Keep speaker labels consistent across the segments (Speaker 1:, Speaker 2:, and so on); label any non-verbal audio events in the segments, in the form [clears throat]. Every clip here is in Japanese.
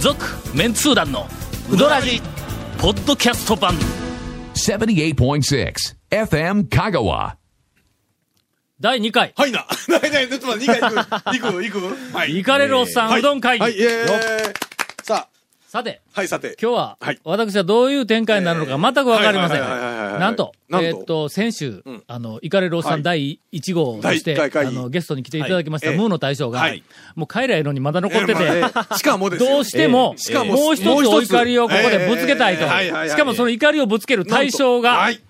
Speaker 1: 続メンツー団のウドラジポッドキャスト版
Speaker 2: 78.6 FM Kagawa.
Speaker 1: 第2回
Speaker 3: はいな。 [laughs] ないない、ちょっと待って、2回
Speaker 1: [laughs]
Speaker 3: 行く。行く、行く。はい。
Speaker 1: イカれるおっさん、
Speaker 3: はいう
Speaker 1: どん会議、
Speaker 3: はい、イエーイさあ、
Speaker 1: さて
Speaker 3: はい、さて。
Speaker 1: 今日は、
Speaker 3: はい
Speaker 1: 私はどういう展開になるのか全くわかりません
Speaker 3: はいはいはいはいはい
Speaker 1: なんと、
Speaker 3: なんと
Speaker 1: えーっと、先週、
Speaker 3: ん
Speaker 1: あの、イカレローさ
Speaker 3: は
Speaker 1: ん
Speaker 3: い
Speaker 1: 第1号として、
Speaker 3: 第一回
Speaker 1: あ
Speaker 3: 会議
Speaker 1: の、ゲストに来ていただきました、
Speaker 3: はいええ
Speaker 1: ムーの大将が、
Speaker 3: はい
Speaker 1: もう帰らへんのにまだ残ってて、
Speaker 3: えーまあえーしかもですよ
Speaker 1: どうしても、
Speaker 3: えーしかも
Speaker 1: もう一つ
Speaker 3: もう一つ
Speaker 1: お怒りをここでぶつけたいと。
Speaker 3: えーはいはいはい
Speaker 1: しかもその怒りをぶつける対象が、
Speaker 3: はい。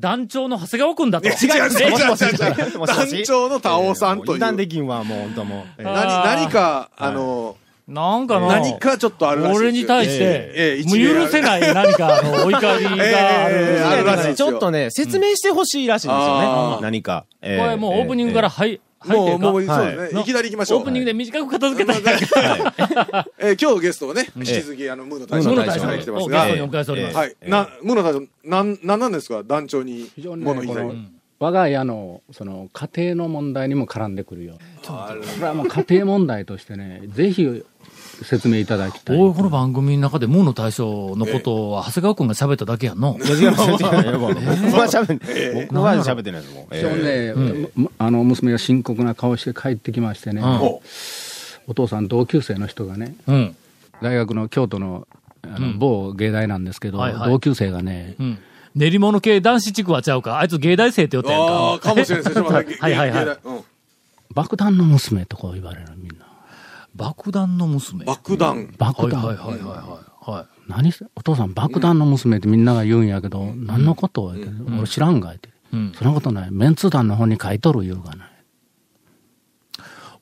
Speaker 1: 団長の長谷川君だと。
Speaker 3: [laughs] 違う違う違う違う違う。
Speaker 4: もしもし
Speaker 3: [laughs] 団長のタオさん
Speaker 4: もう
Speaker 3: という。
Speaker 4: 油断で
Speaker 3: 何、
Speaker 4: きんわ、もう本当もう。え
Speaker 1: あ
Speaker 4: ー
Speaker 1: ー
Speaker 3: 何か、あの、
Speaker 1: なんかな。
Speaker 3: 何かちょっとあるらしいですよ。
Speaker 1: 俺に対し
Speaker 3: え
Speaker 1: て
Speaker 3: え、
Speaker 1: もう許せない何か、あの、お怒りがある。
Speaker 3: えーあるらしいです
Speaker 4: ち
Speaker 3: よ
Speaker 4: ょっとね、説明してほしいらしいんですよ
Speaker 3: あ
Speaker 4: ね
Speaker 3: ー。
Speaker 4: 何か。こ
Speaker 1: これもうオープニングから、はい、入って
Speaker 3: もう、
Speaker 1: るか。
Speaker 3: も
Speaker 1: オ
Speaker 3: う、そうです
Speaker 1: は
Speaker 3: ね。
Speaker 1: い
Speaker 3: いきなり行きましょう。
Speaker 1: ープニングで短く片付けたい
Speaker 3: まあ
Speaker 1: か
Speaker 3: だえー今日ゲストをね、引き続き、あの、ムーの大将
Speaker 1: ら。ムの
Speaker 4: ムーの
Speaker 1: 大将
Speaker 4: 大将
Speaker 3: が
Speaker 1: を
Speaker 3: 来
Speaker 1: ゲ
Speaker 3: て
Speaker 1: ス
Speaker 3: ま
Speaker 1: ト
Speaker 3: す
Speaker 1: に
Speaker 3: が。
Speaker 1: お迎えしております。
Speaker 3: はい。な、ムーの大将、なん、なんなんですか団長に
Speaker 5: 非常にね
Speaker 3: 物言い
Speaker 5: こ
Speaker 3: の
Speaker 5: の我が家のその家庭の問題にも絡んでくるよ。これはもう家庭問題としてね、ぜひ説明いただきたい。
Speaker 1: おい、この番組の中で、ムーの大将のことは、長谷川君が喋っただけやんの。
Speaker 4: えーいや違う違う違う僕は喋って、僕は喋ってないですもん。
Speaker 5: 非常に
Speaker 4: えー
Speaker 5: ね、むあの娘が深刻な顔して帰ってきましてね、
Speaker 1: うん
Speaker 3: お
Speaker 5: お父さん同級生の人がね、
Speaker 1: うん。
Speaker 5: 大学の京都のあの某芸大なんですけど、
Speaker 1: はいはい
Speaker 5: 同級生がね、
Speaker 1: うん。練り物系男子地区はちゃうか。あいつ芸大生って言ったやん
Speaker 3: ああ、
Speaker 1: か。
Speaker 3: かもしれないですね。ちょっと待っ
Speaker 1: [laughs]
Speaker 3: て
Speaker 1: はいはいはい
Speaker 3: 芸大うん
Speaker 5: 爆弾の娘とか言われるのみんな。
Speaker 1: 爆弾の娘。は
Speaker 3: 爆弾。
Speaker 5: 爆
Speaker 1: い
Speaker 5: 弾、
Speaker 1: はいはいはいはい。はい。
Speaker 5: 何せお父さん爆弾の娘ってみんなが言うんやけど、何のことを言って、俺知らんが言って、
Speaker 1: うん
Speaker 5: そんなことないメンツ団の方に書いとる言うがない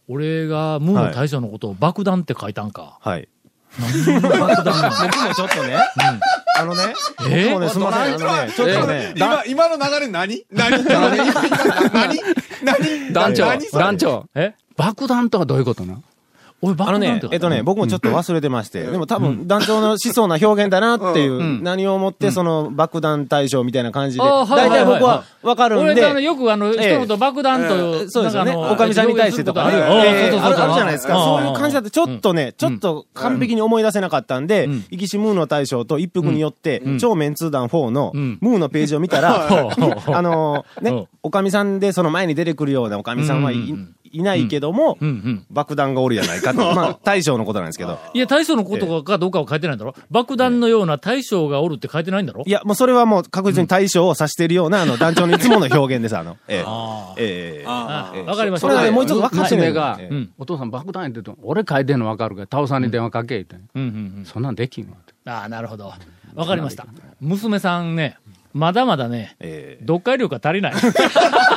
Speaker 1: 俺がムーの大将のことを爆弾って書いたんか。
Speaker 4: はい。
Speaker 1: 爆弾なの
Speaker 4: 僕もちょっとね、あのね、僕
Speaker 1: えー
Speaker 4: もね、すみません、あのね、ちょっとね、
Speaker 3: 今、今の流れ何何何何何
Speaker 5: 団長
Speaker 3: 何それ
Speaker 5: 団長
Speaker 1: え
Speaker 5: 爆弾とはどういうことな
Speaker 1: 俺
Speaker 4: あの
Speaker 1: 爆弾っ
Speaker 4: ね
Speaker 1: て書いた、
Speaker 4: えっとね、僕もちょっと忘れてまして、でも多分、団長のしそうな表現だなっていう、何をもって、その、爆弾対象みたいな感じで、
Speaker 1: あーはい
Speaker 4: 大体僕
Speaker 1: はいは
Speaker 4: はわかるん
Speaker 1: 俺
Speaker 4: で、
Speaker 1: あの、よくあの、一
Speaker 4: ええ
Speaker 1: 言爆弾と、
Speaker 4: そうですよ
Speaker 1: なんか
Speaker 4: ね。
Speaker 1: あの
Speaker 4: おかみさんに対してとかね。
Speaker 1: 表現
Speaker 4: え
Speaker 1: することあ
Speaker 4: ーあ
Speaker 1: るよ
Speaker 4: るあるじゃないですか。そういう感じだ
Speaker 1: っ
Speaker 4: と、ちょっとね、ちょっと完璧に思い出せなかったんで、イキシムーの大将と一服によって、超メンツー団4の、
Speaker 1: ん
Speaker 4: ムーのページを見たら、
Speaker 1: うん
Speaker 4: [laughs] あのー、
Speaker 1: う
Speaker 4: ね
Speaker 1: ん、
Speaker 4: おかみさんでその前に出てくるようなおかみさんはい
Speaker 1: うんうんう
Speaker 4: いないけども
Speaker 1: うんうん、
Speaker 4: 爆弾がおるやないか
Speaker 1: [laughs]
Speaker 4: って、まあ、大将のことなんですけど。
Speaker 1: いや、大将のことかどうかは書いてないんだろ爆弾のような大将がおるって書いてないんだろ
Speaker 4: いや、もうそれはもう確実に大将を指しているような、あの、団長のいつもの表現です、あの、ええ
Speaker 1: あー
Speaker 4: ええ。
Speaker 3: あ
Speaker 1: あわかりました。
Speaker 4: それはねもうちょっと分かってない
Speaker 5: 娘が、
Speaker 4: え
Speaker 1: えうん
Speaker 5: お父さん爆弾やってると俺書いてんの分かるけどタオさんに電話かけ言って、
Speaker 1: うんうんうん。
Speaker 5: そんなんできんわって
Speaker 1: ああ、なるほど。わかりました。娘さんね、まだまだね、
Speaker 4: ええ
Speaker 1: 読解力が足り
Speaker 4: [laughs]
Speaker 1: ない。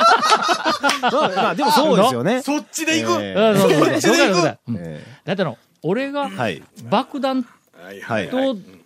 Speaker 4: まあまあ、でもそうですよね。
Speaker 3: そっちで行く
Speaker 4: ええ
Speaker 1: うんそうそうそう
Speaker 3: そっちで行
Speaker 1: 読解力が足
Speaker 3: く
Speaker 1: りないうん
Speaker 4: え
Speaker 1: だってあの、俺が
Speaker 4: えはい。
Speaker 1: 爆弾
Speaker 3: はい
Speaker 4: はい。
Speaker 1: と、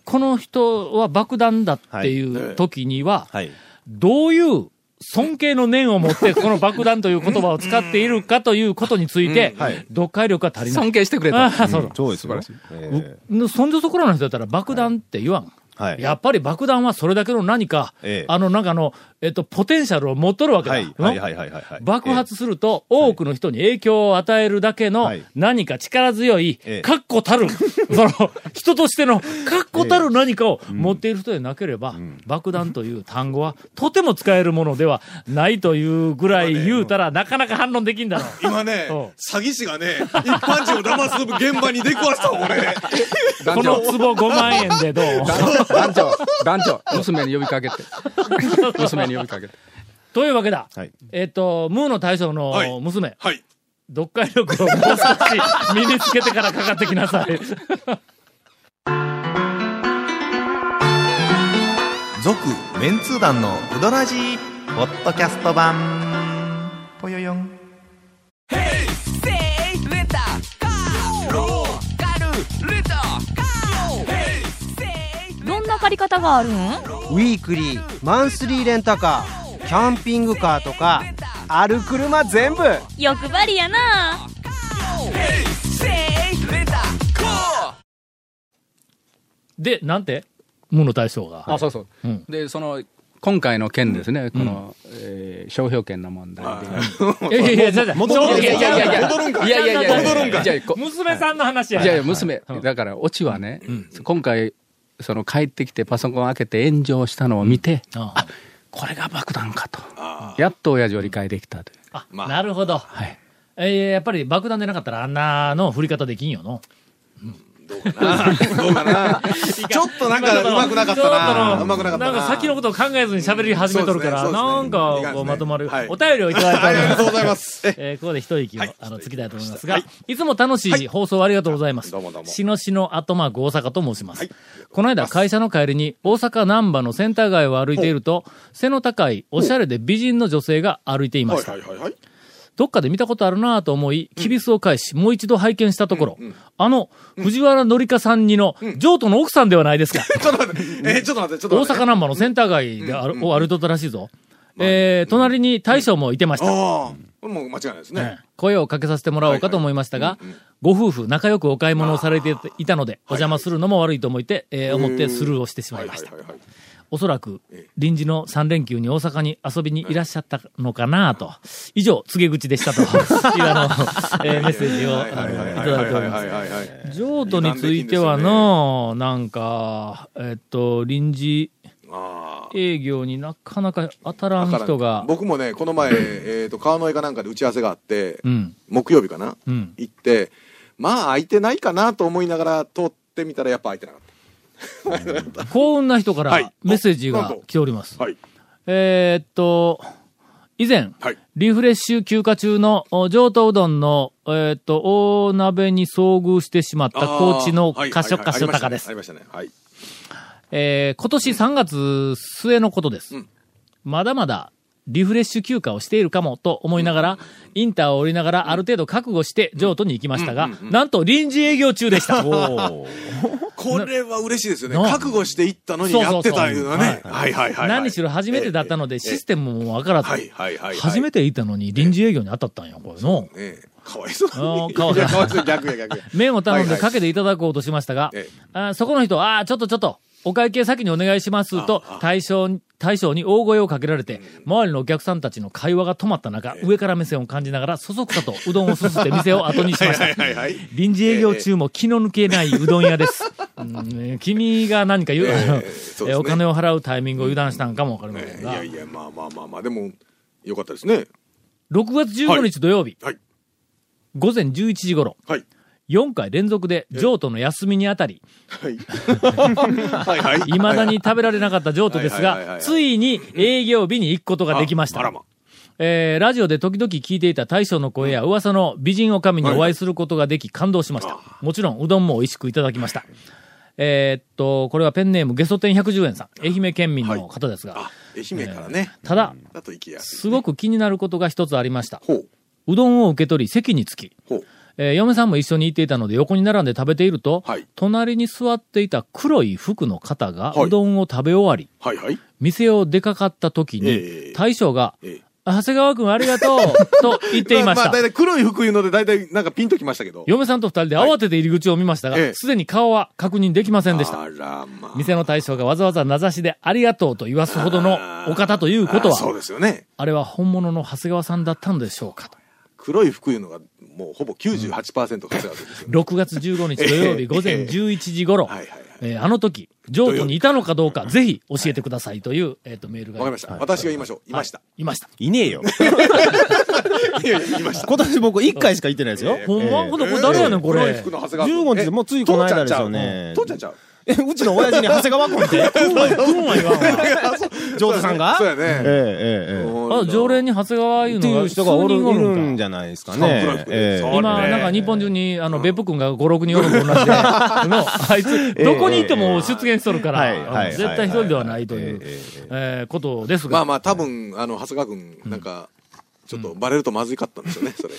Speaker 1: この人は爆弾だっていう時には、
Speaker 4: はい。
Speaker 1: どういう尊敬の念を持って、この爆弾という言葉を使っているかということについて、読解力が足りない。
Speaker 5: 敬してくれ
Speaker 1: ああ、そうだ。
Speaker 4: そうですよ。え
Speaker 1: うそんじょそこらの人だったら爆弾って言わん。
Speaker 4: えはい。
Speaker 1: やっぱり爆弾はそれだけの何か、
Speaker 4: ええ
Speaker 1: あの、なんかあの、えっと、ポテンシャルを持っとるわけだ。
Speaker 4: はい。はいはいはいはいはい。
Speaker 1: 爆発すると多くの人に影響を与えるだけの
Speaker 4: はい
Speaker 1: 何か力強い
Speaker 4: ええ、
Speaker 1: 確固
Speaker 4: [laughs]
Speaker 1: たる、その、人としての確固たる何かを持っている人でなければ、爆弾という単語はとても使えるものではないというぐらい言うたらなかなか反論できんだ
Speaker 4: [laughs]
Speaker 1: ろう。
Speaker 3: 今ね
Speaker 1: うん、
Speaker 3: 詐欺師がね、一般人を騙す現場に出くわした俺。
Speaker 1: この壺5万円でど
Speaker 4: [laughs]
Speaker 1: う
Speaker 5: 団長団長 [laughs] 娘に呼びかけて娘に呼びかけて
Speaker 1: というわけだ。
Speaker 4: はい。
Speaker 1: えっと、ムーの大将の娘、
Speaker 3: はい。
Speaker 1: 読解力をもう少し身につけてからかかってきなさい。
Speaker 6: 続メンツー団のウドラジーポッドキャスト版ぽよよん
Speaker 7: どんな借り方があるん
Speaker 8: ウィークリーマンスリーレンタカーキャンピングカーとかある車全部
Speaker 7: 欲張りやな
Speaker 1: で、なんてムーの大将が。
Speaker 5: あそうそう、
Speaker 1: うん
Speaker 5: でその今回の件ですね、この、えー商標権の問題で。
Speaker 1: いやいやいや、じゃあじゃあ、
Speaker 4: 戻る
Speaker 1: いやいやいやいや
Speaker 3: 戻るんか
Speaker 5: [laughs] いやいやいや、
Speaker 1: 戻る
Speaker 3: んかい
Speaker 5: じゃあこ
Speaker 1: 娘さんの話や。
Speaker 5: いやいや、娘
Speaker 1: う、ん
Speaker 5: だから、オチはね、今回、その帰ってきてパソコン開けて炎上したのを見て、
Speaker 1: うん
Speaker 5: あこれが爆弾かと。やっと親父を理解できたという。
Speaker 1: あ、
Speaker 3: まあ
Speaker 1: なるほど。
Speaker 5: はい。
Speaker 1: えーやっぱり爆弾でなかったらあんなの振り方できんよの。
Speaker 3: ちょっとなんか、うまくなかったな。うまくなかったな。
Speaker 1: んか先のことを考えずに喋り始めとるから、
Speaker 3: そうですねそうですね
Speaker 1: なんか
Speaker 3: いかん
Speaker 1: こう
Speaker 3: ですね
Speaker 1: まとまる、
Speaker 3: はい
Speaker 1: お便りをいただいて
Speaker 3: あ
Speaker 1: おり
Speaker 3: り
Speaker 1: ま
Speaker 3: が
Speaker 1: す
Speaker 3: とうございます。え
Speaker 1: えーここで一息を、
Speaker 3: はい
Speaker 1: あの、
Speaker 3: 一息
Speaker 1: つきたいと思います
Speaker 3: は
Speaker 1: が
Speaker 3: い、
Speaker 1: いつも楽しい放送ありがとうございます。
Speaker 3: どうもどうも
Speaker 1: しのしのあとま大阪と申します。
Speaker 3: はい
Speaker 1: この間、会社の帰りに、大阪難波のセンター街を歩いていると、背の高い、おしゃれで美人の女性が歩いていま
Speaker 3: は
Speaker 1: し
Speaker 3: い
Speaker 1: た。
Speaker 3: はいはいはい。
Speaker 1: どっかで見たことあるなぁと思い、キビスを返し、もう一度拝見したところ、あの、藤原紀香さんにの、譲渡の奥さんではない
Speaker 3: [laughs]
Speaker 1: ですか。
Speaker 3: ちょっと待って、えー、ちょっと待って、ちょっと
Speaker 1: 大
Speaker 3: 待って。
Speaker 1: 阪難波のセンター街であるを歩いとったらしいぞ。えー、隣に大将もいてました。
Speaker 3: ああ、もう間違いないですね。
Speaker 1: [laughs] 声をかけさせてもらおうかと思いましたが、ご夫婦仲良くお買い物をされていたので、お邪魔するのも悪いと思って、えー思ってスルーをしてしま
Speaker 3: はいい
Speaker 1: ま
Speaker 3: はい
Speaker 1: した。
Speaker 3: はいはい。
Speaker 1: おそらく、臨時の3連休に大阪に遊びにいらっしゃったのかなと。以上、告げ口でした
Speaker 3: [laughs]
Speaker 1: という、あの、えーメッセージをあ
Speaker 3: はいはいは
Speaker 1: の
Speaker 3: い
Speaker 1: い
Speaker 3: は
Speaker 1: ただい
Speaker 3: いは
Speaker 1: ており
Speaker 3: い
Speaker 1: ま
Speaker 3: はい
Speaker 1: す。
Speaker 3: はいはい。
Speaker 1: 譲渡についてはの、なんか、えっと、臨時
Speaker 3: あ
Speaker 1: 営業になかなか当たら
Speaker 3: あ。
Speaker 1: ん人が、
Speaker 3: 僕もね、こ
Speaker 1: [clears throat]
Speaker 3: の前、えっと、川の絵かなんかで打ち合わせがあって
Speaker 1: う、ん、
Speaker 3: 木曜日かな
Speaker 1: うん。
Speaker 3: 行って、まあ、空いてないかなと思いながら通ってみたら、やっぱ空いてなかっ
Speaker 1: 幸運な人か
Speaker 3: は
Speaker 1: ら
Speaker 3: い
Speaker 1: メッセージ
Speaker 3: なん
Speaker 1: が
Speaker 3: と
Speaker 1: 来ております
Speaker 3: た。。はい。
Speaker 1: えーっと、以前、
Speaker 3: はい。
Speaker 1: リフレッシュ休暇中のお上等うどんの、えーっと、大鍋に遭遇してしまった高知のカショカショタカです
Speaker 3: あ。りましたね。はい。
Speaker 1: えー今年3月末のことです。
Speaker 3: うん
Speaker 1: まだまだリフレッシュ休暇をしているかもと思いながら、インターを降りながらある程度覚悟して上都に行きましたが、なんと臨時営業中で
Speaker 3: [laughs]
Speaker 1: した。
Speaker 3: これは嬉しいですよね。
Speaker 1: な
Speaker 3: 覚悟していったのにやってたいうのはね。はいはいはい。
Speaker 1: 何しろ初めてだったので、システムもわからず、
Speaker 3: はいはいはいはい。
Speaker 1: 初め
Speaker 3: て。
Speaker 1: て行ったのに臨時営業に当たったんや、これの。
Speaker 3: ねかわいそう
Speaker 1: あー
Speaker 3: に。
Speaker 1: かわいそう
Speaker 3: やかわいそう。逆や逆や。
Speaker 1: 麺を頼んで
Speaker 3: はい
Speaker 1: か
Speaker 3: はい
Speaker 1: けていただこうとしましたが、
Speaker 3: え
Speaker 1: あーそこの人、ああ、ちょっとちょっと、お会計先にお願いしますと、対象に、対象に大声をかけられて、周りのお客さんたちの会話が止まった中、上から目線を感じながら、そそくさとうどんをすすって店を後にしました
Speaker 3: [laughs] は
Speaker 1: [laughs]
Speaker 3: い。はいはい。
Speaker 1: 臨時営業中も気の抜けないうどん屋です。うん君が何か言う、
Speaker 3: ええそうですね
Speaker 1: お金を払うタイミングを油断したんかもわかりませ
Speaker 3: ね
Speaker 1: ん
Speaker 3: い
Speaker 1: が
Speaker 3: や、いや、まあまあまあまあ、でも、よかったですね。
Speaker 1: 6月15日土曜日、
Speaker 3: はい。
Speaker 1: 午前11時頃、
Speaker 3: はい。
Speaker 1: 4回連続で譲渡の休みにあたり、
Speaker 3: はい。はいはい。
Speaker 1: 未だに食べられなかった譲渡です
Speaker 3: はいはいはい
Speaker 1: が、
Speaker 3: はい
Speaker 1: ついに営業日に行くことができまし
Speaker 3: ああ
Speaker 1: た
Speaker 3: ら。ま。
Speaker 1: えー、ラジオで時々聞いていた大将の声や噂の美人女将にお会いすることができ感動しました。もちろんうどんも美味しくいただきました。えーっと、これはペンネームゲソ天110円さん、愛媛県民の方ですが、
Speaker 3: あ、愛媛からね。
Speaker 1: ただ、
Speaker 3: だと行きやすい。
Speaker 1: すごく気になることが一つありました。
Speaker 3: ほう。
Speaker 1: うどんを受け取り席につき、
Speaker 3: ほう。
Speaker 1: えー嫁さんも一緒にいていたので横に並んで食べていると、
Speaker 3: はい
Speaker 1: 隣に座っていた黒い服の方が
Speaker 3: はいう
Speaker 1: どんを食べ終わり、
Speaker 3: はいはい。
Speaker 1: 店を出かかった時に、
Speaker 3: ええ
Speaker 1: 大将が、
Speaker 3: ええ
Speaker 1: 長谷川君ありがとうと言ってい
Speaker 3: [laughs]
Speaker 1: まし
Speaker 3: あ
Speaker 1: た
Speaker 3: あ、。大体黒い服いうので、大体なんかピンときましたけど。
Speaker 1: 嫁さんと二人で慌てて入り口を見ましたが
Speaker 3: はいええ、
Speaker 1: すでに顔は確認できませんでした
Speaker 3: あ。らまあ。
Speaker 1: 店の大将がわざわざ名指しでありがとうと言わすほどのお方ということ
Speaker 3: あそう
Speaker 1: は、
Speaker 3: ですよね。
Speaker 1: あれは本物の長谷川さんだったのでしょうかと。
Speaker 3: 黒い服いうのが、もうほぼ98%稼がるんですよ。
Speaker 1: 6月15日土曜日午前11時頃
Speaker 3: はいはいはい、
Speaker 1: えーあの時、譲渡にいたのかどうか、ぜひ教えてくださいという、えっと、メールが。
Speaker 3: わかりました。私が言いましょう。いました
Speaker 1: は。い。いました。
Speaker 4: いねえよ。
Speaker 3: いやいや、いました。
Speaker 4: 今年僕1回しか行ってないですよ。
Speaker 1: ほんまこれこれ誰やねん、こ
Speaker 3: 黒い
Speaker 1: れ
Speaker 3: 服。の長谷川君。
Speaker 4: 15日でもうついこの間ですよ
Speaker 3: え
Speaker 4: ね。
Speaker 3: 父ちゃんちゃう。
Speaker 4: え、うちの親父に長谷川
Speaker 1: [laughs]
Speaker 4: 君って。上手さんが
Speaker 3: そうや
Speaker 4: ええ
Speaker 3: ね。
Speaker 4: えええ
Speaker 1: あ、常連に長谷川い
Speaker 4: え。
Speaker 1: う
Speaker 4: って
Speaker 1: の
Speaker 4: い
Speaker 1: が
Speaker 4: う人がおる
Speaker 1: 数人お
Speaker 4: い
Speaker 1: るん
Speaker 4: る
Speaker 1: か
Speaker 4: んじゃないですか
Speaker 3: サンプライ
Speaker 4: ね
Speaker 3: ズ。
Speaker 4: ええ
Speaker 3: そう
Speaker 1: 今、なんか日本中に、あの、ベップ君が5、6人おるのと同じで、の、あいつ、どこに行っても出現しとるか
Speaker 4: はいはい
Speaker 1: ら、
Speaker 4: はい
Speaker 1: 絶対一人ではないという
Speaker 4: えええ、
Speaker 1: えーことです
Speaker 3: まあ
Speaker 1: が、
Speaker 3: まあ、多分、あの、長谷川君、なんか、ちょっとバレるとまずいかったんですよね、
Speaker 1: [laughs]
Speaker 3: それ。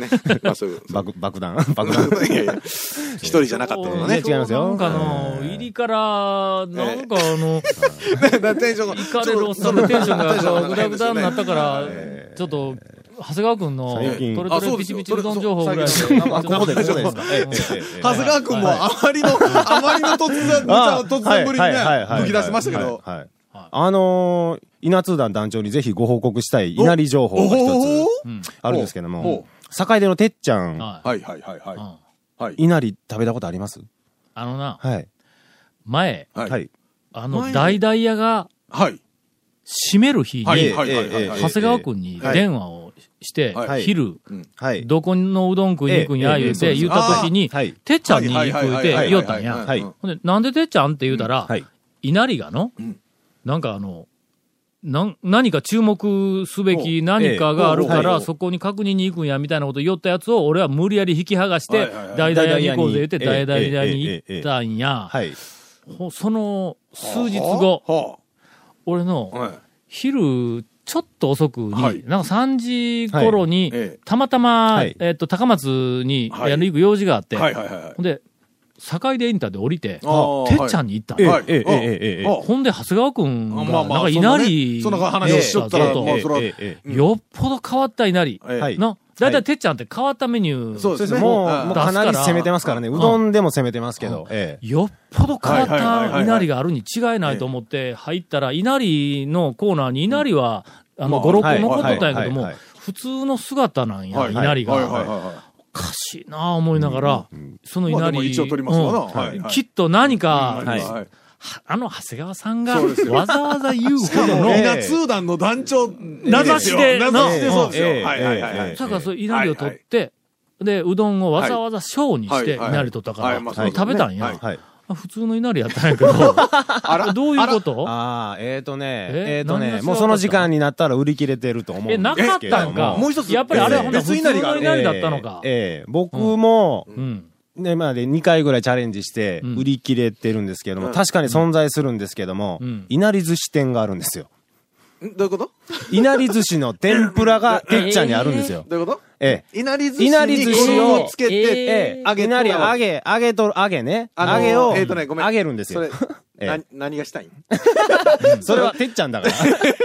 Speaker 3: ね。まあ、そういう。
Speaker 4: 爆爆弾爆弾。
Speaker 3: いやいや一人じゃなかったの
Speaker 4: ね
Speaker 3: ね。
Speaker 4: 違いますよ
Speaker 1: なんかの、入りから、なんかあの、
Speaker 3: だから [laughs] テンションが。
Speaker 1: 行かれるおっさんのテンションがこうグダグダになったか
Speaker 3: か
Speaker 1: ら、ちょっと、長谷川君の、
Speaker 4: 最近
Speaker 1: トレト
Speaker 3: あそ
Speaker 1: レ
Speaker 3: うで
Speaker 1: ピ
Speaker 3: す
Speaker 1: チ
Speaker 3: よ
Speaker 1: ピチうどん情報ぐらいで、
Speaker 3: それ
Speaker 4: あ、ここで、ここでですか。ええええええ
Speaker 3: 長谷川君もあまりの、あまりの突然、無茶
Speaker 4: あ
Speaker 3: を突然ぶりにね
Speaker 4: はいはいはいはい、
Speaker 3: 吹き出しましたけど。
Speaker 4: はいはいあのー、稲通団団長にぜひご報告したい稲荷情報が一
Speaker 1: う
Speaker 4: つ
Speaker 1: ん。
Speaker 4: あるんですけど
Speaker 3: ほう
Speaker 4: も
Speaker 3: ほ、
Speaker 4: 坂出のてっちゃん、
Speaker 1: はい。
Speaker 3: はいはいはいはい。
Speaker 1: うん
Speaker 3: はい。
Speaker 4: 稲荷食べたことあります
Speaker 1: あのな、
Speaker 4: はい。
Speaker 1: 前、
Speaker 3: はい。
Speaker 4: はい。
Speaker 1: あの、大々屋が
Speaker 3: はい。
Speaker 1: 閉める日に、
Speaker 3: はい
Speaker 4: ええ
Speaker 3: はいはいはい
Speaker 4: ええええ
Speaker 1: 長谷川君に
Speaker 4: はい
Speaker 1: 電話をして、
Speaker 3: はい
Speaker 1: 昼、
Speaker 4: はい。
Speaker 1: どこのうどん食いに行くんや、
Speaker 4: えええ
Speaker 1: 言
Speaker 4: え
Speaker 1: うて、
Speaker 4: そうです
Speaker 1: 言った時に、
Speaker 4: はい。
Speaker 1: てっちゃんに行くって言おったんや。
Speaker 3: はいはいはいはいはい
Speaker 4: は
Speaker 1: ほんで、なんでてっちゃんって言うたら
Speaker 4: は、い。
Speaker 1: 稲荷がの
Speaker 3: うん、
Speaker 1: なんかあの、なん何か注目すべき何かがあるか
Speaker 4: おええお
Speaker 1: ら、
Speaker 4: う
Speaker 1: そこに確認に行くんや、みたいなこと言ったやつを、俺は無理やり引き剥がして
Speaker 3: はいはいは、
Speaker 1: 大
Speaker 3: い
Speaker 1: 々屋に行こうぜって、
Speaker 4: えええ
Speaker 1: 大
Speaker 4: え
Speaker 1: 々屋に行ったんや。
Speaker 4: はい。
Speaker 1: ほその数日後、
Speaker 3: は
Speaker 1: 俺
Speaker 3: あ
Speaker 1: の
Speaker 3: はい。
Speaker 1: 昼、ちょっと遅くに、
Speaker 3: はい
Speaker 1: なんか3時頃に、
Speaker 3: はいええ
Speaker 1: たまたま、
Speaker 4: はい
Speaker 1: えっと、高松に、
Speaker 3: はい
Speaker 1: あの行く用事があって、
Speaker 3: はいはいはいはい。
Speaker 1: ほんで、境でインターで降りて、
Speaker 3: あー
Speaker 1: てっちゃんに行ったん
Speaker 4: え
Speaker 1: や、
Speaker 3: はい
Speaker 4: えええええええ
Speaker 3: あ
Speaker 1: ほんで、長谷川くんが、
Speaker 3: あまあまあ
Speaker 1: なんか稲荷、
Speaker 3: そんなねそんな話をしとったら
Speaker 1: ええ
Speaker 3: まあそれは
Speaker 4: えええ
Speaker 3: うん
Speaker 1: よっぽど変わった稲荷。
Speaker 3: ええ
Speaker 4: はい
Speaker 1: の、だいたいてっちゃんって変わったメニュー。
Speaker 3: そう
Speaker 4: そ
Speaker 3: で
Speaker 4: うですす
Speaker 3: ね。
Speaker 4: ね。も
Speaker 3: は
Speaker 4: う、
Speaker 3: い
Speaker 4: もうかなり攻めてますからね。
Speaker 1: 出
Speaker 4: う
Speaker 1: すから
Speaker 4: どんでも攻めてますけど。ええ。
Speaker 1: よっぽど変わっ
Speaker 3: はいはいはいは
Speaker 1: た
Speaker 3: い
Speaker 1: 稲荷があるに違いないと思って入ったら、稲荷のコーナーに稲荷は、あ
Speaker 3: ま
Speaker 1: の、
Speaker 3: あ
Speaker 1: 5、6
Speaker 4: はい
Speaker 1: 個残っとったんやけど
Speaker 4: はい
Speaker 1: も
Speaker 4: はいはい、
Speaker 1: 普通の姿なんや、
Speaker 3: はい
Speaker 1: 稲荷
Speaker 3: はいはい
Speaker 1: が。
Speaker 3: はいは
Speaker 1: おかしいなあ思いながら、その
Speaker 3: い。まあ
Speaker 1: 稲
Speaker 3: でも
Speaker 1: 荷。
Speaker 3: 一応取りますわな。
Speaker 1: うん
Speaker 3: はいはい
Speaker 1: きっと何か、
Speaker 3: はい
Speaker 1: は
Speaker 3: はい。
Speaker 1: あの、長谷川さんが、
Speaker 3: そうですよ
Speaker 1: わざわざ言うほ
Speaker 3: [laughs]
Speaker 1: どの、
Speaker 4: ええ
Speaker 3: 稲通団の団長名
Speaker 1: 名指しで
Speaker 3: 名指しでそうですよ。
Speaker 4: ええ
Speaker 3: はいはいはいは
Speaker 4: ええ
Speaker 3: い。
Speaker 1: だからそう稲荷を取って、で、うどんをわざわざ小にして、
Speaker 3: はい
Speaker 1: 稲荷取ったか
Speaker 3: は
Speaker 1: ら、
Speaker 3: いまあそうですね
Speaker 1: 食べたんや。
Speaker 3: はい
Speaker 4: はい。
Speaker 1: あ普通の稲荷やったんやけど、どういうこと
Speaker 4: ああ、えっとね、
Speaker 1: え
Speaker 4: えっと
Speaker 1: 何が違う
Speaker 4: ね、
Speaker 1: か
Speaker 4: もうその時間になったら売り切れてると思うんで
Speaker 1: え、
Speaker 4: すけど
Speaker 1: なかったんか。
Speaker 4: も
Speaker 3: もう一つ
Speaker 1: やっぱりあれはほんなら
Speaker 3: 別
Speaker 1: 普通
Speaker 3: 稲荷があ
Speaker 1: の
Speaker 3: る
Speaker 1: 稲荷だったのか。
Speaker 4: ええええ僕も、
Speaker 1: うん。
Speaker 4: ね、まあで2回ぐらいチャレンジして
Speaker 1: うん
Speaker 4: 売り切れてるんですけども、
Speaker 3: うん
Speaker 4: 確かに存在するんですけども、
Speaker 1: うん
Speaker 4: いなり寿司店があるんですよ。
Speaker 3: んどういうこと
Speaker 4: いなり寿司の天ぷらがてっちゃんにあるんですよ。
Speaker 3: どういうこと
Speaker 4: ええ。
Speaker 3: いなり寿
Speaker 4: い
Speaker 3: 司
Speaker 4: なり
Speaker 3: に
Speaker 4: 寿司
Speaker 3: 衣
Speaker 4: を
Speaker 3: をつけ
Speaker 4: え
Speaker 3: て、
Speaker 4: え、揚げ、いなり揚げ、揚げと、揚げね。
Speaker 3: あのー
Speaker 4: 揚げを、
Speaker 3: えーとねごめん
Speaker 4: 揚げるんです
Speaker 3: そ
Speaker 4: よ
Speaker 3: れ。、
Speaker 4: え
Speaker 3: な何がした [laughs] いん
Speaker 4: [laughs] それはてっちゃんだ
Speaker 3: [laughs]
Speaker 4: から。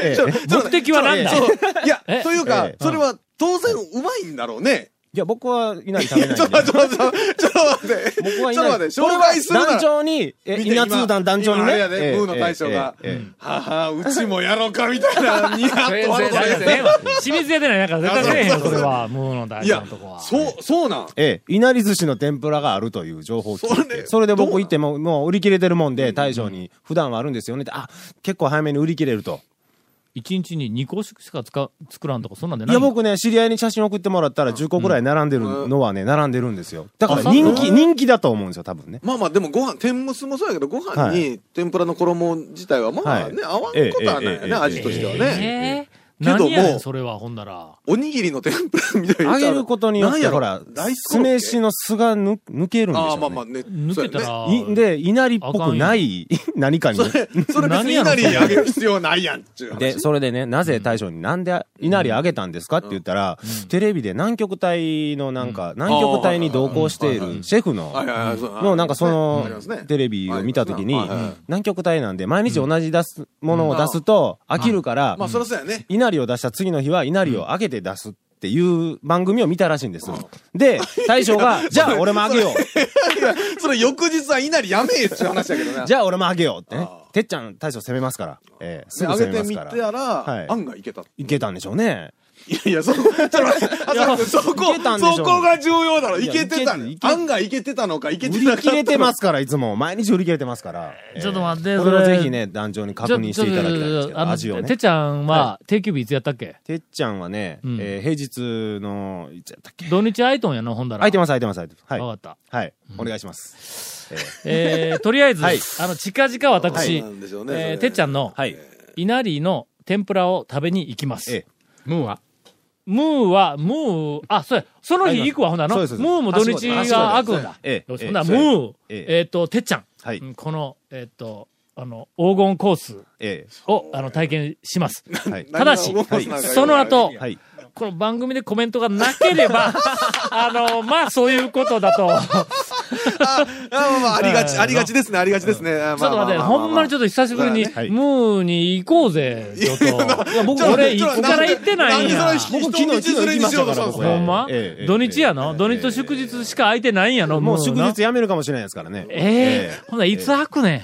Speaker 4: ええ
Speaker 1: 目的は何だ
Speaker 3: そう。いや
Speaker 1: え、
Speaker 3: というか
Speaker 4: え、
Speaker 1: え
Speaker 3: それは当然うまいんだろうね。
Speaker 4: いや、僕はいなり食べないん
Speaker 3: [laughs] ちょっと
Speaker 4: で
Speaker 3: 待。って、ちょっと待って、ちょっと待って。
Speaker 4: 僕はい
Speaker 3: ちょっ
Speaker 4: な
Speaker 3: と待っ
Speaker 4: り。
Speaker 3: て、障害するな
Speaker 4: 団
Speaker 3: ら。
Speaker 4: 長に、え、
Speaker 3: 見て
Speaker 4: 稲通団団長に
Speaker 3: 今
Speaker 4: ね。
Speaker 3: あれやで
Speaker 4: ええ
Speaker 3: ムーの大将が
Speaker 4: ええええ
Speaker 3: はは、うちもやろうかみたい
Speaker 1: [laughs]
Speaker 3: な、ニヤッと笑っ
Speaker 1: だから
Speaker 3: て
Speaker 1: 電話清水屋でない、なんか絶対せえへんよ、それは。もうの大
Speaker 3: い
Speaker 1: 事な
Speaker 3: や
Speaker 1: とこは。、
Speaker 3: そう、そうなん。
Speaker 4: ええ、いなり寿司の天ぷらがあるという情報を聞いて
Speaker 3: そ
Speaker 4: そ
Speaker 3: れ
Speaker 4: れで
Speaker 3: どうな
Speaker 4: 僕
Speaker 3: ん
Speaker 4: 行っても、もう売り切れてるもんで、大将に、普段はあるんですよねって、あ、結構早めに売り切れると。
Speaker 1: 一日に2個しか使う作らんとか、そんなんで
Speaker 4: い
Speaker 1: ない
Speaker 4: や、僕ね、知り合いに写真送ってもらったら10個ぐらい並んでるのはね、並んでるんですよ。だから
Speaker 1: あ
Speaker 4: 人気、人気だと思うんですよ、多分ね。
Speaker 3: まあまあ、でもご飯、天むすもそうやけど、ご飯に天ぷらの衣自体は、まあね、
Speaker 4: は
Speaker 3: 合わんことはないよ
Speaker 4: えええ
Speaker 3: ね、
Speaker 4: え
Speaker 3: 味としては
Speaker 1: え
Speaker 3: ね。
Speaker 1: ー
Speaker 3: けど
Speaker 1: 何
Speaker 3: も
Speaker 1: やねん、それは、ほんなら。
Speaker 3: おにぎりの天ぷらみたいな。
Speaker 4: 揚げることによっ
Speaker 3: なん
Speaker 4: て、
Speaker 3: やろ
Speaker 4: ほら、
Speaker 3: 大
Speaker 4: 酢飯の酢がぬ抜けるんでしょう、ね。
Speaker 3: ああ、まあまあね。
Speaker 1: 抜けたら、
Speaker 4: いで、稲荷っぽくない何かに。
Speaker 3: そうやね。それ、それ別にいなり揚げる必要ないやん、っていう話。
Speaker 4: [laughs] で、それでね、なぜ大将になんで稲荷揚げたんですかって言ったら、テレビで南極帯のなんか、南極帯に同行しているシェフの、
Speaker 3: はいはいはいそう
Speaker 4: のなんかそ
Speaker 3: ありますね
Speaker 4: の、テレビを見たときに
Speaker 3: はいはいはい、
Speaker 4: 南極帯なんで毎日同じ出す、ものを出すと飽きるから
Speaker 3: ま、あ、そりゃそうやね。 [laughs]
Speaker 4: 稲荷を出した次の日は稲荷を揚げて出すっていう番組を見たらしいんです。で、大将が、じゃあ俺も揚げよう。
Speaker 3: いや、それ翌日はいなりやめえっていう話やけどね。
Speaker 4: じゃあ俺も揚げようってね
Speaker 3: あ。
Speaker 4: てっちゃん大将攻めますから。ええ、
Speaker 3: で
Speaker 4: すぐ
Speaker 3: 揚
Speaker 4: 攻
Speaker 3: げ
Speaker 4: め
Speaker 3: て
Speaker 4: ます
Speaker 3: み
Speaker 4: か
Speaker 3: て
Speaker 4: ら。
Speaker 3: やら
Speaker 4: い、
Speaker 3: 案外いけた。
Speaker 4: いけたんでしょうね。
Speaker 3: いやいや、そこ、ちょっと待って、あそこそ
Speaker 4: いけ
Speaker 3: こ、
Speaker 4: たんでしょう
Speaker 3: そこが重要だろ。いけてた
Speaker 4: いやいけい。け
Speaker 3: 案外いけてたのか、いけ
Speaker 4: 売
Speaker 3: てなかっ
Speaker 4: り
Speaker 3: た
Speaker 4: 切
Speaker 3: のか。
Speaker 4: れ
Speaker 3: [laughs]
Speaker 4: てますから、いつも。毎日売り切れてますから。
Speaker 1: ちょっと待って
Speaker 4: ええ
Speaker 1: そ
Speaker 4: こ
Speaker 1: れ
Speaker 4: れをぜひね、団長に確認していただきたいんですけ
Speaker 1: あ
Speaker 4: ど、
Speaker 1: の
Speaker 4: 味を
Speaker 1: てっ
Speaker 4: ね。
Speaker 1: ちゃんは、定休日いつやったっけ
Speaker 4: てっちゃんはね、
Speaker 1: うん
Speaker 4: えー平日の、いつやったっけ
Speaker 1: 土日空いとんやな、ほんだら。
Speaker 4: 空いてます、空いてます、空いてます。
Speaker 1: わ
Speaker 4: は
Speaker 1: か
Speaker 4: い。
Speaker 1: った。
Speaker 4: はい。お願いします。
Speaker 1: えー、とりあえず、
Speaker 4: はい
Speaker 1: あの、近々私、
Speaker 3: そうなんでしょうねそ
Speaker 1: え
Speaker 3: れ
Speaker 1: ー、てっちゃんの、
Speaker 4: はい。
Speaker 1: 稲荷の天ぷらを食べに行きます。
Speaker 4: ええ
Speaker 5: ムーは
Speaker 1: ムーは、ムー、あ、そうや、その日行くわ、ほんなの。
Speaker 4: そ
Speaker 1: ム
Speaker 4: うですそうです
Speaker 1: ーも土日が開くんだ。
Speaker 4: ええ
Speaker 1: よし
Speaker 4: ええ
Speaker 1: ほんならム
Speaker 4: そうです
Speaker 1: ー、
Speaker 4: ええ
Speaker 1: えっと、てっちゃん。
Speaker 4: はい
Speaker 1: うんこの、えっと、あの、黄金コース
Speaker 4: え
Speaker 1: を、あの、体験します。
Speaker 4: え。はい。
Speaker 1: ただし、
Speaker 3: 何が起こすのか
Speaker 1: その後、
Speaker 4: はい。
Speaker 1: この番組でコメントがなければ、あの、まあ、そういうことだと。
Speaker 3: あ、あまあ、ありがち、ありがちですね、ありがちですね。ちょっ
Speaker 1: ちょっと待って、ほんまにちょ
Speaker 3: っ
Speaker 1: っと久しぶりに、ム
Speaker 3: そう
Speaker 4: だね
Speaker 1: ーに行こうぜ、ちょっと。いや、僕、俺、い
Speaker 3: ちょっと
Speaker 1: つから行ってないん
Speaker 3: な
Speaker 1: や
Speaker 3: んで。それ僕昨日連れにしようとしたんです
Speaker 4: 昨
Speaker 1: ほ
Speaker 4: 日行き
Speaker 1: んま
Speaker 4: ましたから僕ええええ
Speaker 1: 土日や
Speaker 4: え
Speaker 1: の
Speaker 4: え
Speaker 1: 土日と祝日しか空いてないんやの
Speaker 4: もう
Speaker 1: ムー
Speaker 4: 祝
Speaker 1: な
Speaker 4: 日やめるかもしれないですからね。
Speaker 1: ええほんならいつ開くねん。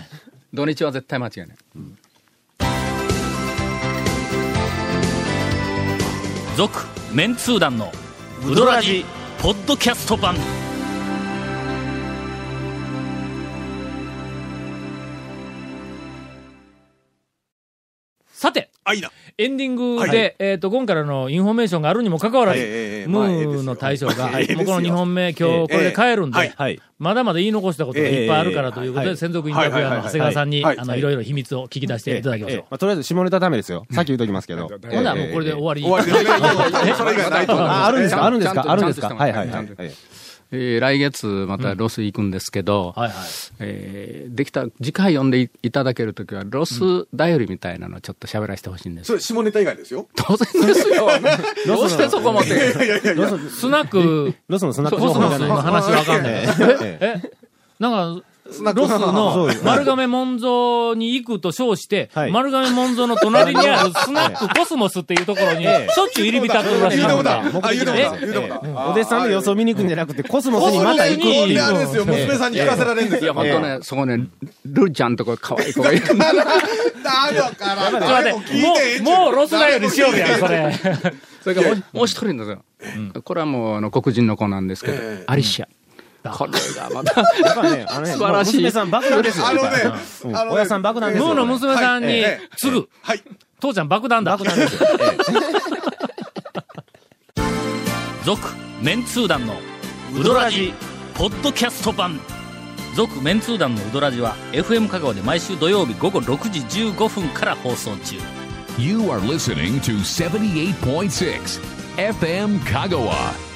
Speaker 5: 土日は絶対間違いない。
Speaker 9: 続メンツー団のウドラジポッドキャスト版
Speaker 1: さて、
Speaker 3: あ、いいな。
Speaker 1: エンディングで、
Speaker 3: はい
Speaker 1: えっ、と、今回のインフォメーションがあるにもかかわらず、
Speaker 3: ええええ
Speaker 1: ム
Speaker 3: まあええです
Speaker 1: ー
Speaker 3: よ
Speaker 1: の大将が、
Speaker 3: [laughs] ええですよ
Speaker 1: もうこの2本目、今日これで帰るんで、
Speaker 3: ええはい
Speaker 4: はい。
Speaker 1: まだまだ言い残したことがいっぱいあるからということで、
Speaker 4: ええ
Speaker 1: 専属インタビュアーの長谷川さんに、
Speaker 3: はいはいはいはい
Speaker 1: あの、いろいろ秘密を聞き出していただきましょう。
Speaker 4: まあ、とりあえず下ネタダメですよ。さっき言うときます
Speaker 1: [laughs]
Speaker 4: けど。
Speaker 1: ほんならもうこれで終わり。
Speaker 3: 終わりです。
Speaker 1: [laughs]
Speaker 3: それ以外ないと思う。
Speaker 4: あ、あるんです
Speaker 5: ちゃ
Speaker 4: か
Speaker 5: ん
Speaker 4: あるんです
Speaker 5: ちゃん
Speaker 4: か
Speaker 5: と
Speaker 4: あるんですか
Speaker 5: ちゃんと
Speaker 4: はいはい
Speaker 5: ち
Speaker 4: は
Speaker 5: ゃん
Speaker 4: い
Speaker 5: と。えー来月またロス行くんですけど、
Speaker 1: はいはい。
Speaker 5: えーできた次回読んでいいただけるときはロスだよりみたいなのをちょっと喋らせてほしいんです、
Speaker 3: それ、下ネタ以外ですよ。
Speaker 5: 当然で
Speaker 1: [laughs]
Speaker 5: すよどうしてそこまで
Speaker 1: スナック、
Speaker 4: ロスのスナック
Speaker 1: コスモスの話わかんない。
Speaker 4: え
Speaker 1: えなんか、ロス
Speaker 4: そう
Speaker 1: の
Speaker 4: です
Speaker 1: 丸亀門蔵に行くと称して、
Speaker 4: はい
Speaker 1: 丸亀門蔵の隣にあるスナックコスモスっていうところに、し
Speaker 4: ええ
Speaker 1: ょっちゅう入り浸ってるらしい
Speaker 3: 言うたこ
Speaker 1: んだ
Speaker 3: とあ。る。あ、言うたことある。言うたことある。
Speaker 4: お弟子さんの様子を見に行くんじゃなくて、コスモスにまた行くって
Speaker 3: こ
Speaker 4: い
Speaker 3: れあれ
Speaker 4: う。
Speaker 3: ですよ、娘さんに聞かせられるんです
Speaker 5: いや
Speaker 3: よ。
Speaker 5: 本当ね、そこねルルちゃんとこ可愛い子がいるんだ
Speaker 3: [laughs] だよから、
Speaker 1: ちょっと待ってもう、もうロスだよにしようやん、それ。
Speaker 5: それからもうもう一人いるんですよ、これはもうあの黒人の子なんですけど、
Speaker 3: ええ
Speaker 5: アリシア、これがまた
Speaker 4: やっぱね、あのね、
Speaker 5: 素晴らしい
Speaker 4: もう娘さん爆弾ですよ。
Speaker 3: あのね
Speaker 4: う、ん
Speaker 3: あのね
Speaker 4: 親さん爆弾です
Speaker 1: ム
Speaker 4: よ。
Speaker 1: ーの娘さん
Speaker 3: はい
Speaker 1: に
Speaker 3: ええ、
Speaker 1: 継ぐ。
Speaker 3: [laughs] はい。
Speaker 1: 父ちゃん爆弾だ。
Speaker 4: 爆弾です [laughs] よ。
Speaker 9: 続メンツー団のウドラジポッドキャスト版続メンツー団のウドラジは FM 香川で毎週土曜日午後6時15分から放送中
Speaker 2: You are listening to 78.6 FM Kagawa.